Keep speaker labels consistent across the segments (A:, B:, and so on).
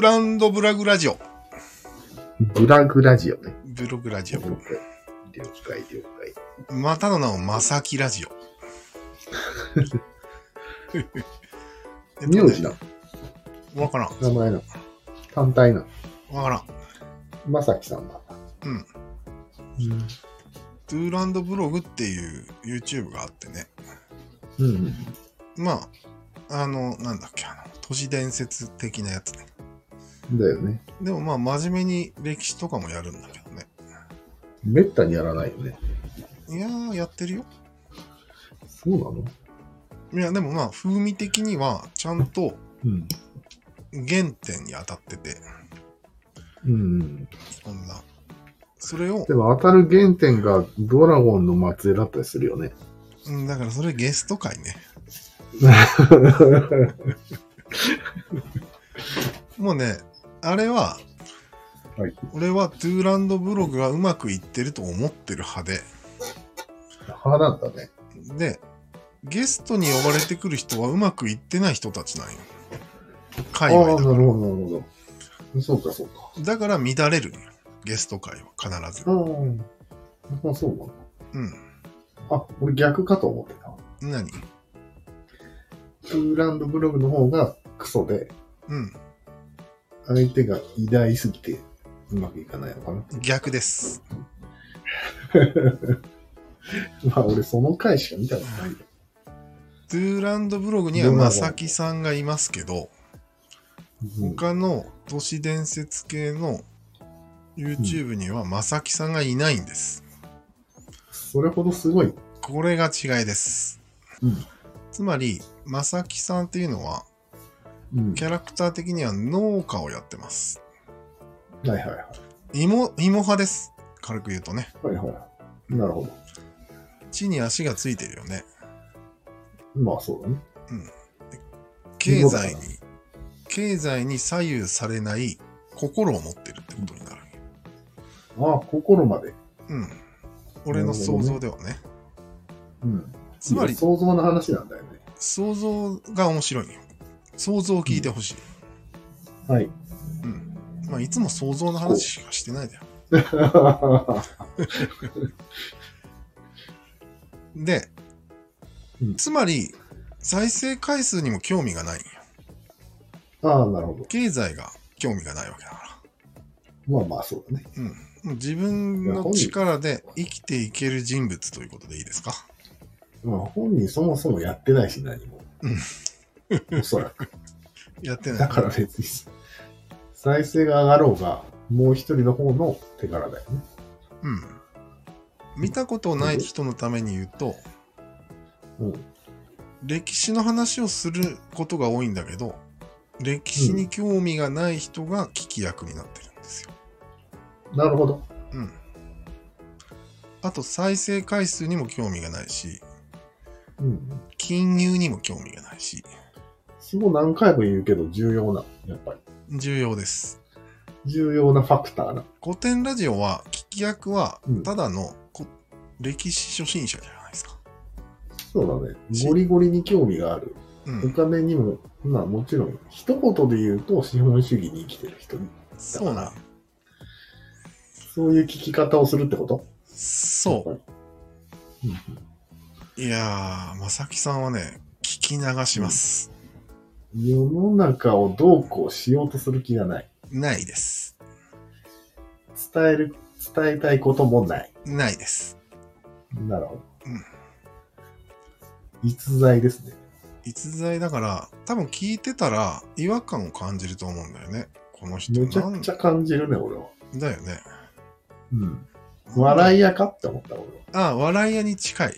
A: ランドブラグラジオ。
B: ブラグラジオね。
A: ブログラジ
B: 了
A: オ。
B: 解。了解、了解。
A: またの名をまさきラジオ。えっとね
B: 名字なの
A: わからん。
B: 名前なの単体なの
A: わからん。
B: まさきさんだ。
A: うん。
B: うん。
A: トゥーランドブログっていう YouTube があってね。
B: うん。
A: まあ、あの、なんだっけ、あの、都市伝説的なやつね。
B: だよね。
A: でもまあ、真面目に歴史とかもやるんだけどね。
B: めったにやらないよね。
A: いやー、やってるよ。
B: そうなの
A: いや、でもまあ、風味的には、ちゃんと
B: うん。
A: 原点に当たってて、
B: うん。
A: そんな。それを
B: で、も当たる原点がドラゴンの末裔だったりするよ ね。
A: うんだからそれゲスト会ね。もうね、あれは、
B: はい。
A: 俺はトゥーランドブログがうまくいってると思ってる派で、
B: 派なんだね。
A: で、ゲストに呼ばれてくる人はうまくいってない人たちなんよ。
B: ああ、
A: 界
B: な
A: 隈
B: る
A: だ
B: ほ
A: か
B: ど、なるほど。そうか、そうか。
A: ら。だから乱れるんよ。ゲスト会は必ず
B: う。ん。まあ、そうなの
A: うん。
B: あ、俺逆かと思ってた。
A: 何
B: トゥーランドブログの方がクソで、
A: うん。
B: 相手が偉大すぎてうまくいかないのかな。
A: 逆です。
B: まあ、俺その回しか見たことない。
A: トゥーランドブログにはまさきさんがいますけど、
B: うん
A: 他の都市伝説系の YouTube にはまさきさんがいないんです。
B: それほどすごい。
A: これが違いです。
B: うん
A: つまり、まさきさんっていうのは、
B: うん
A: キャラクター的には農家をやってます。
B: はいはいはい。
A: 芋、芋派です。軽く言うとね。
B: はいはい。なるほ
A: 地に足がついてるよね。
B: ど。まあそうだね。
A: 経済に、経済に左右されない心を持ってるってことになる。
B: ああ、心まで。
A: うん。俺の想像ではね。
B: うん。
A: つまり、
B: 想像の話なんだよね。
A: 想像が面白いよ。想像を聞いてほしい。
B: はい。
A: うん。まあ、いつも想像の話しかしてないだよ。で、
B: うん
A: つまり、再生回数にも興味がないんよ。
B: ああ、なるほ
A: 経済が興味がないわけだか
B: ど。まあまあそうだね。
A: ら。うん。もう自分の力で生きていける人物ということでいいですか
B: まあ本人そもそもやってないし何も。おそらく。
A: やってな
B: だ
A: い。
B: から別に、再生が上がろうが、もう一人の方の手柄だよね。
A: うん。見たことない人のために言うと、
B: うん。
A: 歴史の話をすることが多いんだけど、歴史に興味がない人が聞き役になってるんですよ。
B: なるほど。
A: うん。あと、再生回数にも興味がないし、
B: うん。
A: 金融にも興味がないし、
B: すごい何回も言うけど重要な、やっぱり。
A: 重要です。
B: 重要なファクターな。
A: 古典ラジオは、聞き役は
B: う、ん
A: ただのこ、歴史初心者じゃないですか。
B: そうだね。ゴリゴリに興味がある。
A: う
B: お
A: ん。
B: 金にも、まあもちろん、一言で言うと資本主義に生きてる人に、
A: そうなの。
B: そういう聞き方をするってこと。
A: そうう。いやー、まさきさんはね、聞き流します。
B: 世の中をどうこうしようとする気がない。
A: ないです。
B: 伝える、伝えたいこともない。
A: ないです。
B: なるほど。
A: うん
B: 逸材ですね。
A: 逸材だから、多分聞いてたら違和感を感じると思うんだよね。この人
B: めちゃ
A: な
B: く
A: ん
B: ちゃ感じるね、俺は。
A: だよね。
B: うん。笑
A: い。
B: いやかって思った、俺
A: あ、笑い屋に近い。
B: は。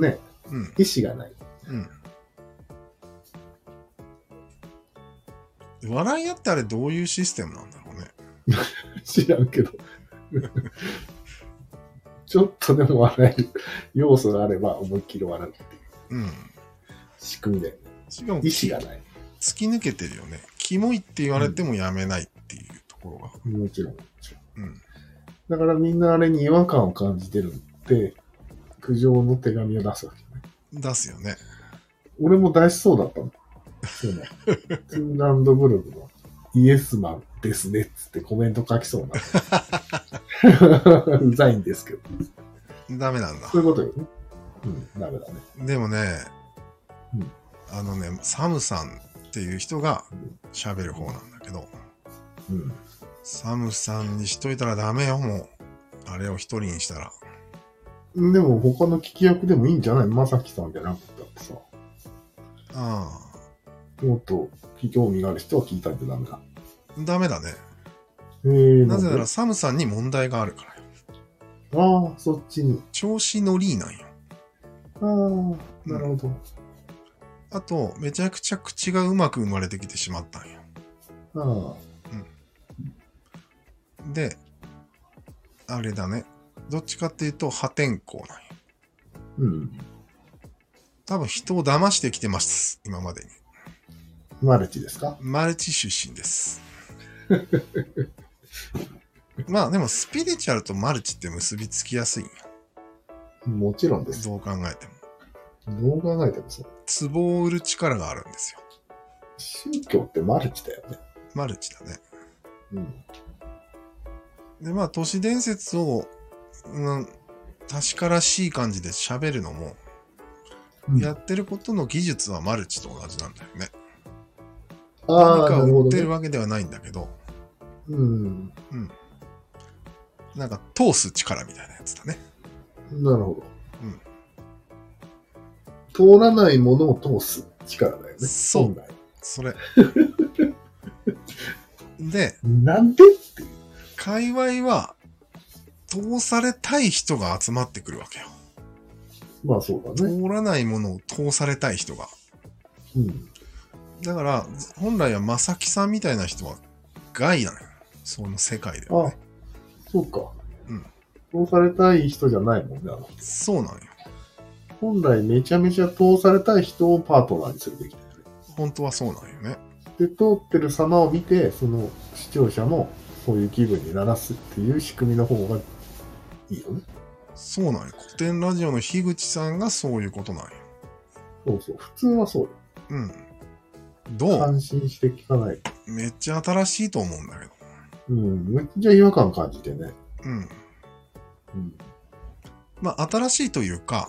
B: ね。
A: うん。
B: 意志がない。
A: うん。笑い屋ってあれどういうシステムなんだろうね。
B: 知らんけど。 ちょっとでも笑える要素があれば思いっきり笑うっていう
A: うん。
B: 仕組みで。
A: しかも、
B: 意志がない。
A: 突き抜けてるよね。キモいって言われてもやめないっていうところが。
B: もちろん。
A: うん。
B: だからみんなあれに違和感を感じてるって、苦情の手紙を出すわけね。
A: 出すよね。
B: 俺も出しそうだったの。そうなのトゥーランドブルグのイエスマンですねっつってコメント書きそうな。 うざいんですけど。
A: ダメなんだ
B: そ。ういうことよね。うん、ダメだね。
A: でもね、
B: うん
A: あのね、サムさんっていう人が喋る方なんだけど、
B: うん。
A: サムさんにしといたらダメよ、もう。あれを一人にしたら。
B: でも他の聞き役でもいいんじゃないまさきさんじゃなくたってさ。
A: あ
B: もっと興味がある人は聞いたってダメだ。
A: あ、ダメだね。
B: えー、
A: なぜなんら
B: で
A: サムさんに問題があるからよ。
B: ああ、そっちに。
A: 調子乗りなんよ。
B: ああ、なるほど。
A: あと、めちゃくちゃ口がうまく生まれてきてしまったんよ。
B: ああ、
A: で、あれだね。どっちかっていうと破天荒なんよ。
B: うん。
A: 多分人を騙してきてます。今までに。
B: マルチですか
A: マルチ出身です。 まあでもスピリチュアルとマルチって結びつきやすいんよ。
B: もちろんです。
A: どう考えても。
B: どう考えてもそう。
A: ツボを売る力があるんですよ。
B: 宗教ってマルチだよね。
A: マルチだね。
B: うん。
A: で、まあ都市伝説を、うん、確からしい感じで喋るのも、やってることの技術はマルチと同じなんだよね。
B: あ
A: 何
B: あ、
A: か
B: なる
A: を売
B: ほ
A: って
B: ど
A: る
B: ね。
A: わけではないんだけど、
B: うん。
A: なんか通す力みたいなやつだね。
B: なるほど。
A: うん
B: 通らないものを通す力だよね。
A: そう
B: 本来。
A: それ。で、
B: なんでっていう。
A: 界隈は通されたい人が集まってくるわけよ。
B: まあそうだね。
A: 通らないものを通されたい人が。
B: うん。
A: だから、本来は正木さんみたいな人は害なのよ。その世界では、
B: あ
A: ね。、
B: そうか。
A: うん
B: 通されたい人じゃないもんね。あの
A: そうなのよ。
B: 本来めちゃめちゃ通されたい人をパートナーにするべきだよね。
A: 本当はそうなんよね。
B: で、通ってる様を見て、その視聴者もそういう気分にならすっていう仕組みの方がいいよね。
A: そうなんよ。古典ラジオの樋口さんがそういうことなんよ。
B: そうそう。普通はそうよ。
A: うん。どう
B: 感心して聞かない。
A: めっちゃ新しいと思うんだけど。
B: うん。めっちゃ違和感感じてね。
A: うん。
B: うん。
A: まあ、新しいというか、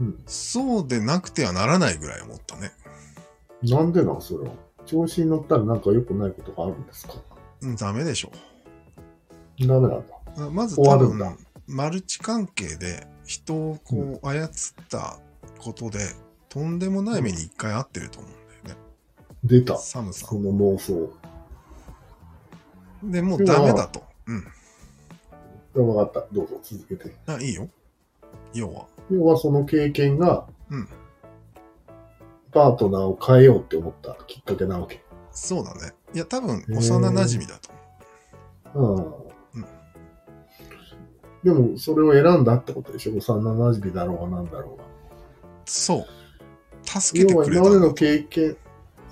B: うん。
A: そうでなくてはならないぐらい思ったね。
B: なんでなんそれは。調子に乗ったらなんか良くないことがあるんですか
A: うん、ダメでしょ
B: ダメなんだ。
A: う。まず
B: 終わ
A: 多
B: るん
A: 分
B: だ、
A: マルチ関係で人をこう操ったことで、とんでもない目に一回合ってると思うんだよね。
B: 出た。
A: サムさ
B: その妄想。
A: ん。で、もうダメだと。うん。
B: わかった。どうぞ続けて。
A: あ、いいよ。要は。
B: 要はその経験が、
A: うん
B: パートナーを変えようって思ったきっかけなわけ。
A: そうだね。いや、多分、幼馴染だと思う。
B: うん。
A: ん
B: でも、それを選んだってことでしょ幼馴染だろうがなんだろうが。
A: そう。助けて
B: 要は
A: くれ
B: 今
A: た
B: まで
A: ん
B: の
A: だ。
B: 経験、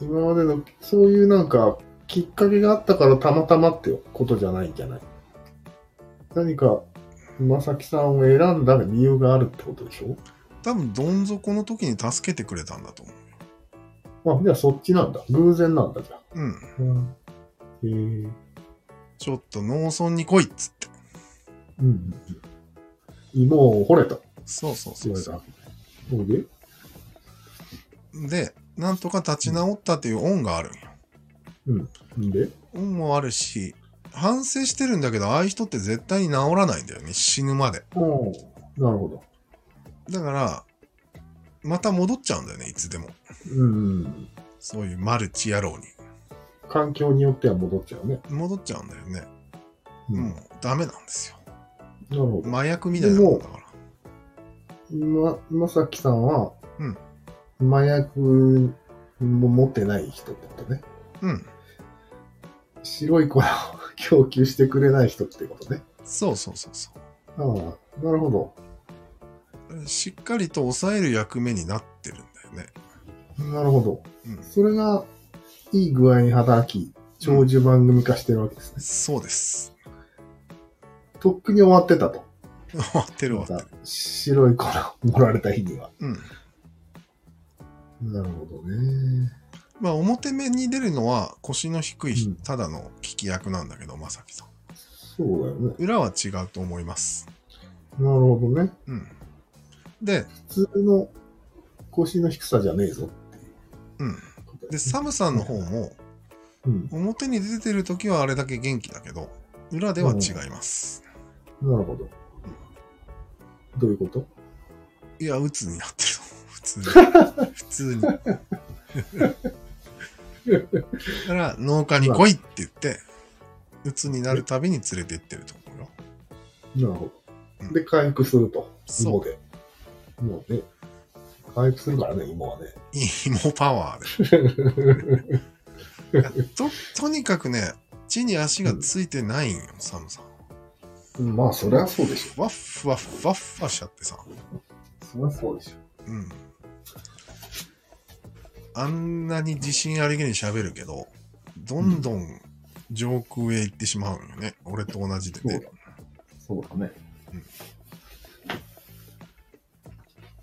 B: 今までの、そういうなんか、きっかけがあったからたまたまってことじゃないんじゃない何か、まさきさんを選んだ理由があるってことでしょ
A: 多分、どん底の時に助けてくれたんだと思う。
B: あ、じゃあそっちなんだ。偶然なんだじゃ
A: うん。
B: ん。うん。へえ。
A: ちょっと農村に来いっつって。
B: うん。芋を掘れと
A: そうそうそ
B: 言
A: う
B: われ
A: そ
B: た
A: う。
B: わけ。ほいで
A: で、なんとか立ち直ったっていう恩があるんよ。
B: んで
A: 恩もあるし、反省してるんだけど、ああいう人って絶対に治らないんだよね、死ぬまで。
B: おおなるほど。
A: だから、また戻っちゃうんだよね、いつでも。
B: うん。
A: そういうマルチ野郎に。
B: 環境によっては戻っちゃうね。
A: 戻っちゃうんだよね。
B: う
A: も
B: な
A: うダメなんですよ。
B: るほど。
A: 麻薬みたいなもんだから。
B: ま、まさきさんは、
A: うん
B: 麻薬も持ってない人ってことね。
A: うん。
B: 白い粉を供給してくれない人ってことね。
A: そうそうそうそ
B: ああ、なるほど。
A: う。しっかりと抑える役目になってるんだよね。
B: なるほど。
A: うん
B: それが、いい具合に働き、長寿番組化してるわけですね。
A: そうです。
B: とっくに終わってたと。
A: 終わってる
B: ま
A: わ。
B: た、白い粉を盛られた日には。
A: うん。
B: なるほどね。
A: まあ、表面に出るのは腰の低い、
B: うん
A: ただの聞き役なんだけど、まさきさん。
B: そうだよね。
A: 裏は違うと思います。
B: なるほどね。
A: うん。で、
B: 普通の腰の低さじゃねえぞ。
A: うん。で、サムさんの方も、
B: うん。
A: 表に出てる時はあれだけ元気だけど、裏では違います。
B: なるほど。どういうこと
A: いや、鬱になってる 普通に。普通に。だから、農家に来いって言って、鬱になるたびに連れて行ってると思うよ。
B: なるほ
A: う
B: ど。
A: ん
B: で、回復すると。
A: そ
B: 芋
A: う。
B: で。もうね。回復するからね、芋はね。
A: 芋パワーで。いやと、とにかくね、地に足がついてないんよ、サムさん。
B: まあ、そりゃそうでし
A: ワッフワッフワッフワしちゃってさ。
B: ょ。そりゃそうでしょ。
A: うん。あんなに自信ありげに喋るけど、どんどん上空へ行ってしまうんよね。俺と同じでね。
B: そうだね。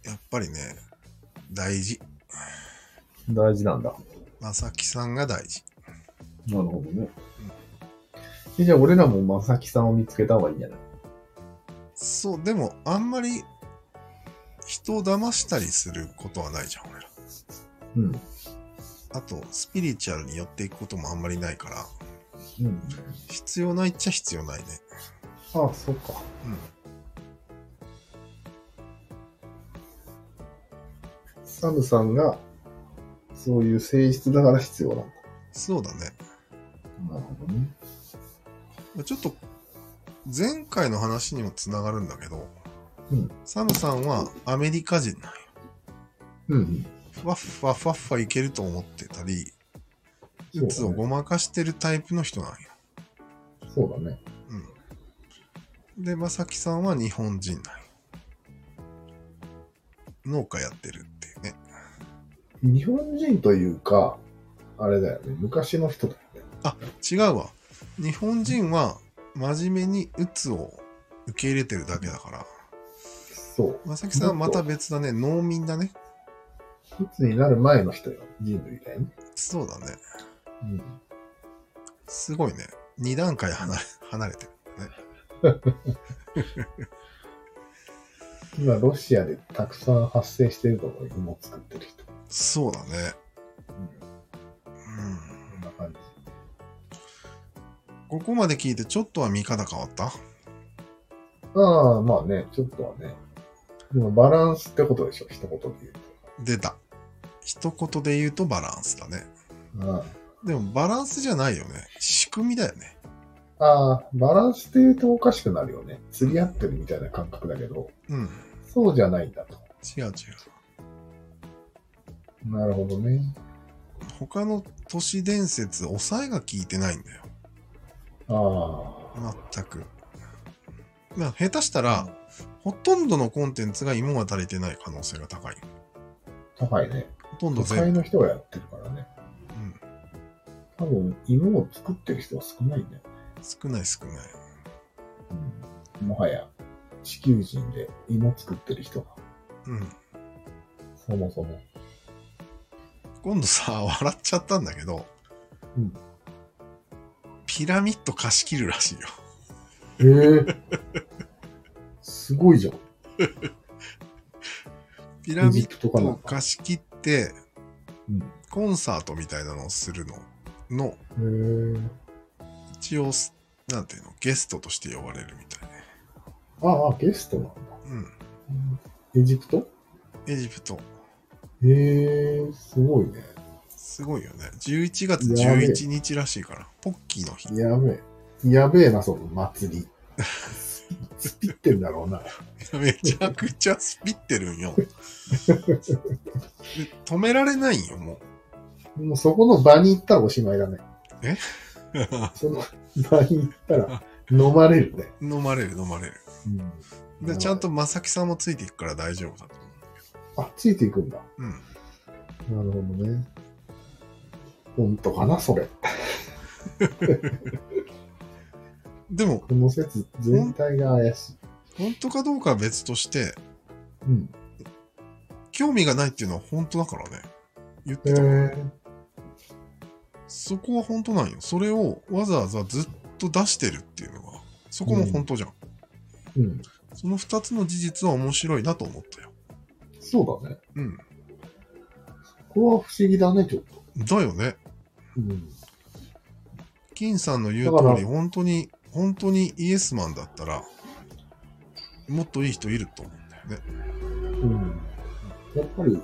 A: やっぱりね、大事。
B: 大事なんだ。
A: まさきさんが大事。
B: なるほどね。えじゃあ、俺らもまさきさんを見つけた方がいいんじゃない
A: そう、でもあんまり人を騙したりすることはないじゃん、俺ら。
B: うん。
A: あと、スピリチュアルに寄っていくこともあんまりないから、
B: うん。
A: 必要ないっちゃ必要ないね。
B: ああ、そっか。
A: うん。
B: サムさんが、そういう性質だから必要なんだ。
A: そうだね。
B: なるほどね。
A: ちょっと、前回の話にもつながるんだけど、
B: うん
A: サムさんはアメリカ人なんよ。
B: うん。
A: ふわっふわふわっふわいけると思ってたり、
B: そう
A: 鬱を
B: だね。
A: ごまかしてるタイプの人なんよ。
B: そうだね。
A: うん。で、まさきさんは日本人なんよ。農家やってるっていうね。
B: 日本人というか、あれだよね。昔の人だよね。
A: あ、違うわ。日本人は真面目に鬱を受け入れてるだけだから。
B: そう。
A: まさきさんはまた別だね。農民だね。
B: 鬱になる前の人よ。人類だよね。
A: そうだね。
B: うん。
A: すごいね。2段階離れ 離れてる。
B: 今、ロシアでたくさん発生してると思うよ。芋作ってる人。
A: そうだね。
B: うん。
A: うん。
B: こんな感じ。
A: ここまで聞いてちょっとは見方変わった
B: ああ、まあね。ちょっとはね。でも、バランスってことでしょ。一言で言うと。
A: 出た。一言で言うとバランスだね。
B: あ
A: でもバランスじゃないよね。仕組みだよね。
B: あああ、バランスって言うとおかしくなるよね。釣り合ってるみたいな感覚だけど、
A: うん。
B: そうじゃないんだと。
A: 違う違う。
B: なるほどね。
A: 他の都市伝説、抑えが効いてないんだよ。
B: あ
A: 全く。まあ、下手したら、ほとんどのコンテンツが芋が足りてない可能性が高い。
B: あ、高いね。
A: ほとんど
B: 都
A: 全
B: 会
A: 部。
B: の人がやってるからね。
A: うん、
B: 多分、芋を作ってる人は少ないんだよ。
A: 少ない少ない。
B: うん、もはや、地球人で芋作ってる人が、
A: うん。
B: そもそも。
A: 今度さ、 笑っちゃったんだけど、
B: うん
A: ピラミッド貸し切るらしいよ。
B: ええすごいじゃん。
A: ピラ
B: エジ
A: ミッ
B: プトか
A: ドを
B: な。
A: 貸し切って、
B: うん。
A: コンサートみたいなのをするのの、
B: へえ
A: 一応、なんていうの、ゲストとして呼ばれるみたいね。
B: ああ、ゲストなんだ。
A: う
B: エジプト
A: ん。エジプト。
B: へえすごいね。
A: すごいよね。11月11日らしいから、ポッキーの日。
B: やべえ。やべえな、その祭り。スピってんだろうな。
A: めちゃくちゃスピってるん よ。で止められないんよ、もう。
B: もうそこの場に行ったらおしまいだね。
A: え
B: その場に行ったら飲まれるね。
A: 飲まれる、飲まれる。で、ちゃんと。まさきさんもついていくから大丈夫だと思
B: あ、ついていくんだ。な
A: う。うん。
B: るほどね。本当かな、それ。
A: でも、
B: この説全体が怪しい。
A: 本当かどうかは別として、
B: うん。
A: 興味がないっていうのは本当だからね。言っ
B: へ
A: てた。
B: え
A: そこは本当なんよ。それをわざわざずっと出してるっていうのが、そこも本当じゃん。
B: うん。
A: その2つの事実は面白いなと思ったよ。
B: そうだね。
A: うん。
B: これは不思議だね、ちょっと。
A: だよね。
B: うん。
A: 金さんの言う
B: だ
A: 通
B: か
A: り、
B: ら
A: 本当に、本当にイエスマンだったら、もっといい人いると思うんだよね。
B: うん。やっぱり、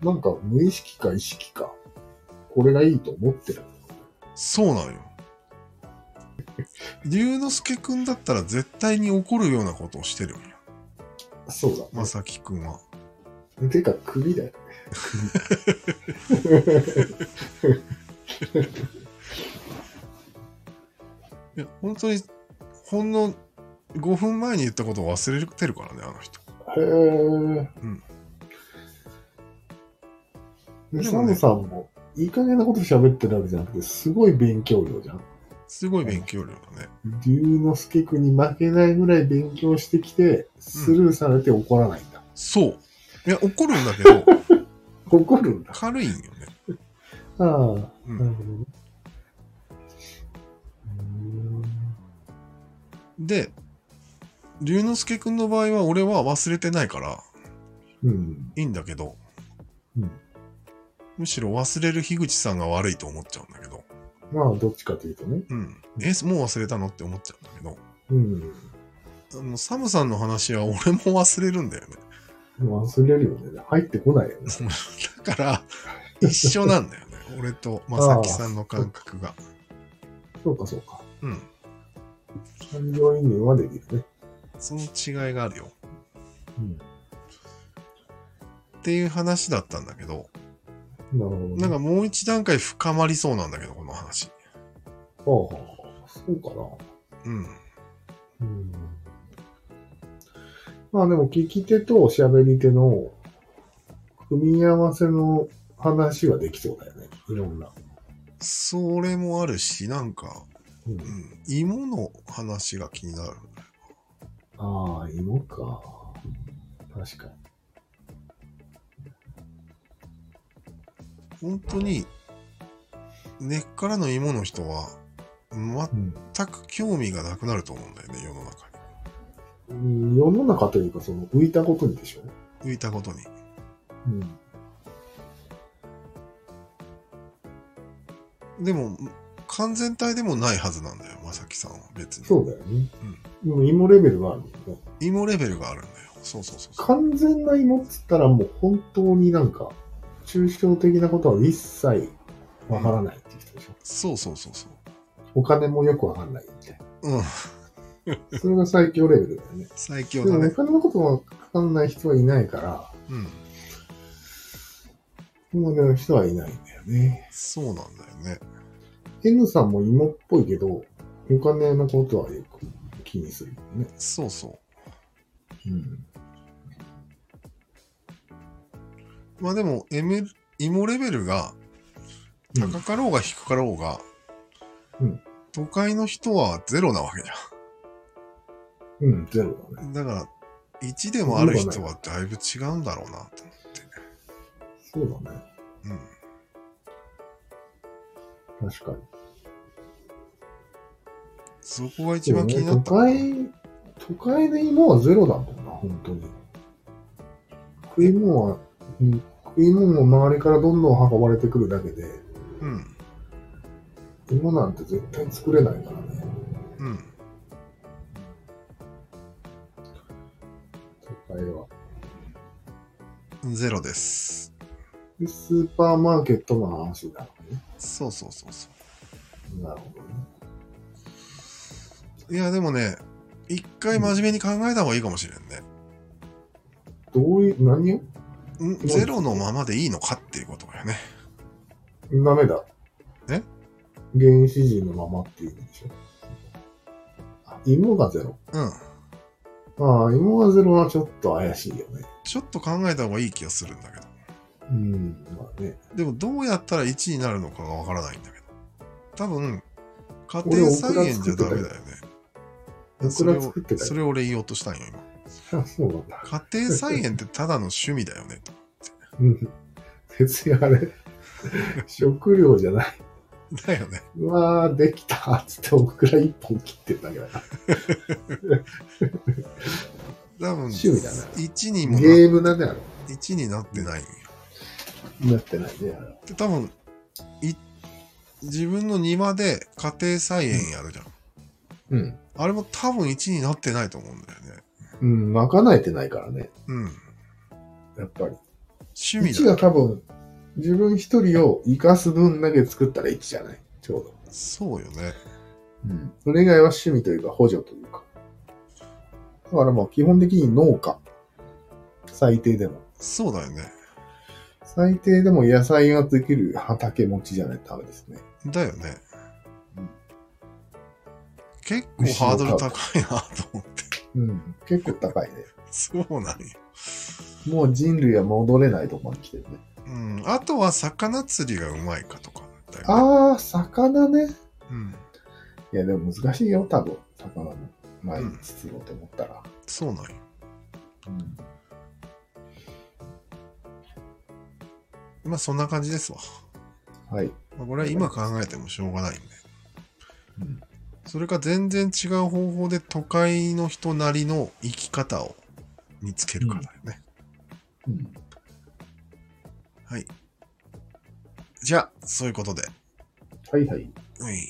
B: なんか無意識か意識か、これがいいと思ってる。
A: そうなんよ。龍之介くんだったら絶対に怒るようなことをしてるんよ。
B: そうだね。
A: まさきくんは。
B: てか、首だよ。
A: いや、本当に、ほんの5分前に言ったことを忘れてるからね、あの人。
B: へぇ
A: ん
B: で、
A: で
B: サ
A: もね
B: ムさんも、いい加減なこと喋ってるわけじゃなくて、すごい勉強量じゃん。
A: すごい勉強量だね。
B: 龍之介くんに負けないぐらい勉強してきて、スルーされて怒らないんだ。
A: そう。いや、怒るんだけ ど、
B: 怒るんだ。
A: 軽いんよね。
B: ああ、
A: うん
B: なるほどね。
A: で、龍之介くんの場合は俺は忘れてないから
B: うーんうん。
A: いいんだけど、
B: うん
A: むしろ忘れる樋口さんが悪いと思っちゃうんだけど、
B: まあ、どっちかというとね。
A: うん。え、もう忘れたのって思っちゃうんだけど、
B: うん。
A: あの、サムさんの話は俺も忘れるんだよね。
B: 忘れるよね。入ってこないよね。
A: だから、一緒なんだよね。俺と正木さんの感覚が。
B: そうか、そうか。
A: うん。
B: 感情移入はできるね。
A: その違いがあるよ。
B: うん。
A: っていう話だったんだけど、
B: なるほど、ね。
A: なんかもう一段階深まりそうなんだけど、この話。
B: ほうほうほうそうかな。
A: うん。
B: うん。まあでも、聞き手と喋り手の組み合わせの話はできそうだよね。いろんな。
A: それもあるし、なんか、
B: うん
A: うん、芋の話が気になる。
B: ああ、芋か。確か
A: 本当に、根っからの芋の人は、全
B: に。
A: く興味がなくなると思うんだよね、世の中
B: うん。世の中というか、その浮いたことにでしょ。
A: に。浮いたことに。
B: うん。
A: でも、完全体でもないはずなんだよ、まさきさんは別に。
B: そうだよね。でも芋レベルはあるもんね。
A: 芋レベルがあるんだよ。そうそうそうそう。
B: 完全な芋っつったらもう本当になんか、抽象的なことは一切わからないっていう人でしょ。
A: そうそうそうそう。
B: お金もよくわかんないみたい
A: うん、
B: な。それが最強レベルだよね。
A: 最
B: で
A: 強だ
B: もお
A: ね。
B: 金のことわかんない人はいないから、
A: うん。
B: 芋の人はいないんだよね。
A: そうなんだよね。
B: N さんも芋っぽいけど、お金のことはよく気にするよね。
A: そうそ
B: うん。
A: う。まあでも、M、芋レベルが
B: うん
A: 高かろうが低かろうが、
B: うん
A: 都会の人はゼロなわけじ
B: うん、ゼロだね。
A: ゃん。だから、1でもある人はだいぶ違うんだろうなと思って。
B: そうだね。
A: うん。
B: 確かに。
A: そこが一番気になった。
B: 都会、都会で芋はゼロだもんな、本当に。食い物は、うん食い物も周りからどんどん運ばれてくるだけで、
A: うん。
B: 芋なんて絶対作れないからね。
A: うん。
B: 都会は。
A: ゼロです。
B: で、スーパーマーケットの話だね。
A: そうそうそうそう。
B: なるほどね。
A: いや、でもね、一回真面目に考えた方がいいかもしれんね。
B: どういう、何を
A: ん
B: うん
A: ゼロのままでいいのかっていうことだよね。
B: ダメだ。
A: え
B: 原始人のままっていう意味でしょ。あ、芋がゼロ。
A: うん。
B: ああ、芋がゼロはちょっと怪しいよね。
A: ちょっと考えた方がいい気がするんだけど。
B: うん、まあね。
A: でも、どうやったら1になるのかがわからないんだけど。多分、家
B: 俺
A: 庭
B: オクラ
A: 菜園じゃダメだよね。
B: オク
A: それ
B: ラ
A: を
B: 作って、た
A: そ
B: よ。
A: れを俺言おうとしたんよ、今。
B: あ、そうなんだ。
A: 家庭菜園ってただの趣味だよね。
B: うん。別にあれ、食料じゃない。
A: だよね。
B: うわー、できたっつって、オクラ一本切ってるだけだか
A: 多分、
B: 趣味だな
A: 1に
B: ら。
A: も
B: ゲ
A: な、
B: ームなんだよ。
A: 1になってないんよ。
B: なってないね。あれ
A: で、多分、い、自分の庭で家庭菜園やるじゃん。
B: うん。
A: あれも多分1になってないと思うんだよね。
B: うん、まかないてないからね。
A: うん。
B: やっぱり。
A: 趣味
B: 1
A: だ。
B: が多分、自分一人を生かす分だけ作ったら1じゃない。ちょうど。
A: そうよね。
B: うん。それ以外は趣味というか補助というか。だからまあ基本的に農家。最低でも。
A: そうだよね。
B: 最低でも野菜ができる畑持ちじゃないとダメですね。
A: だよね
B: うん。
A: 結構ハードル高いなと思って。
B: うん。結構高いね。
A: そうなんよ。
B: もう人類は戻れないとこまで来てるね。
A: うん。あとは魚釣りがうまいかとかだよね。
B: あー、魚ね。
A: うん。
B: いやでも難しいよ、多分。魚の毎日釣ろうと思ったら。
A: そうなんよ。
B: うん。
A: まあそんな感じですわ。
B: はい。
A: まあ、これは今考えてもしょうがないんで。
B: うん
A: それか全然違う方法で都会の人なりの生き方を見つけるからだよね。
B: うん。
A: はい。じゃあ、そういうことで。
B: はいはい。
A: はい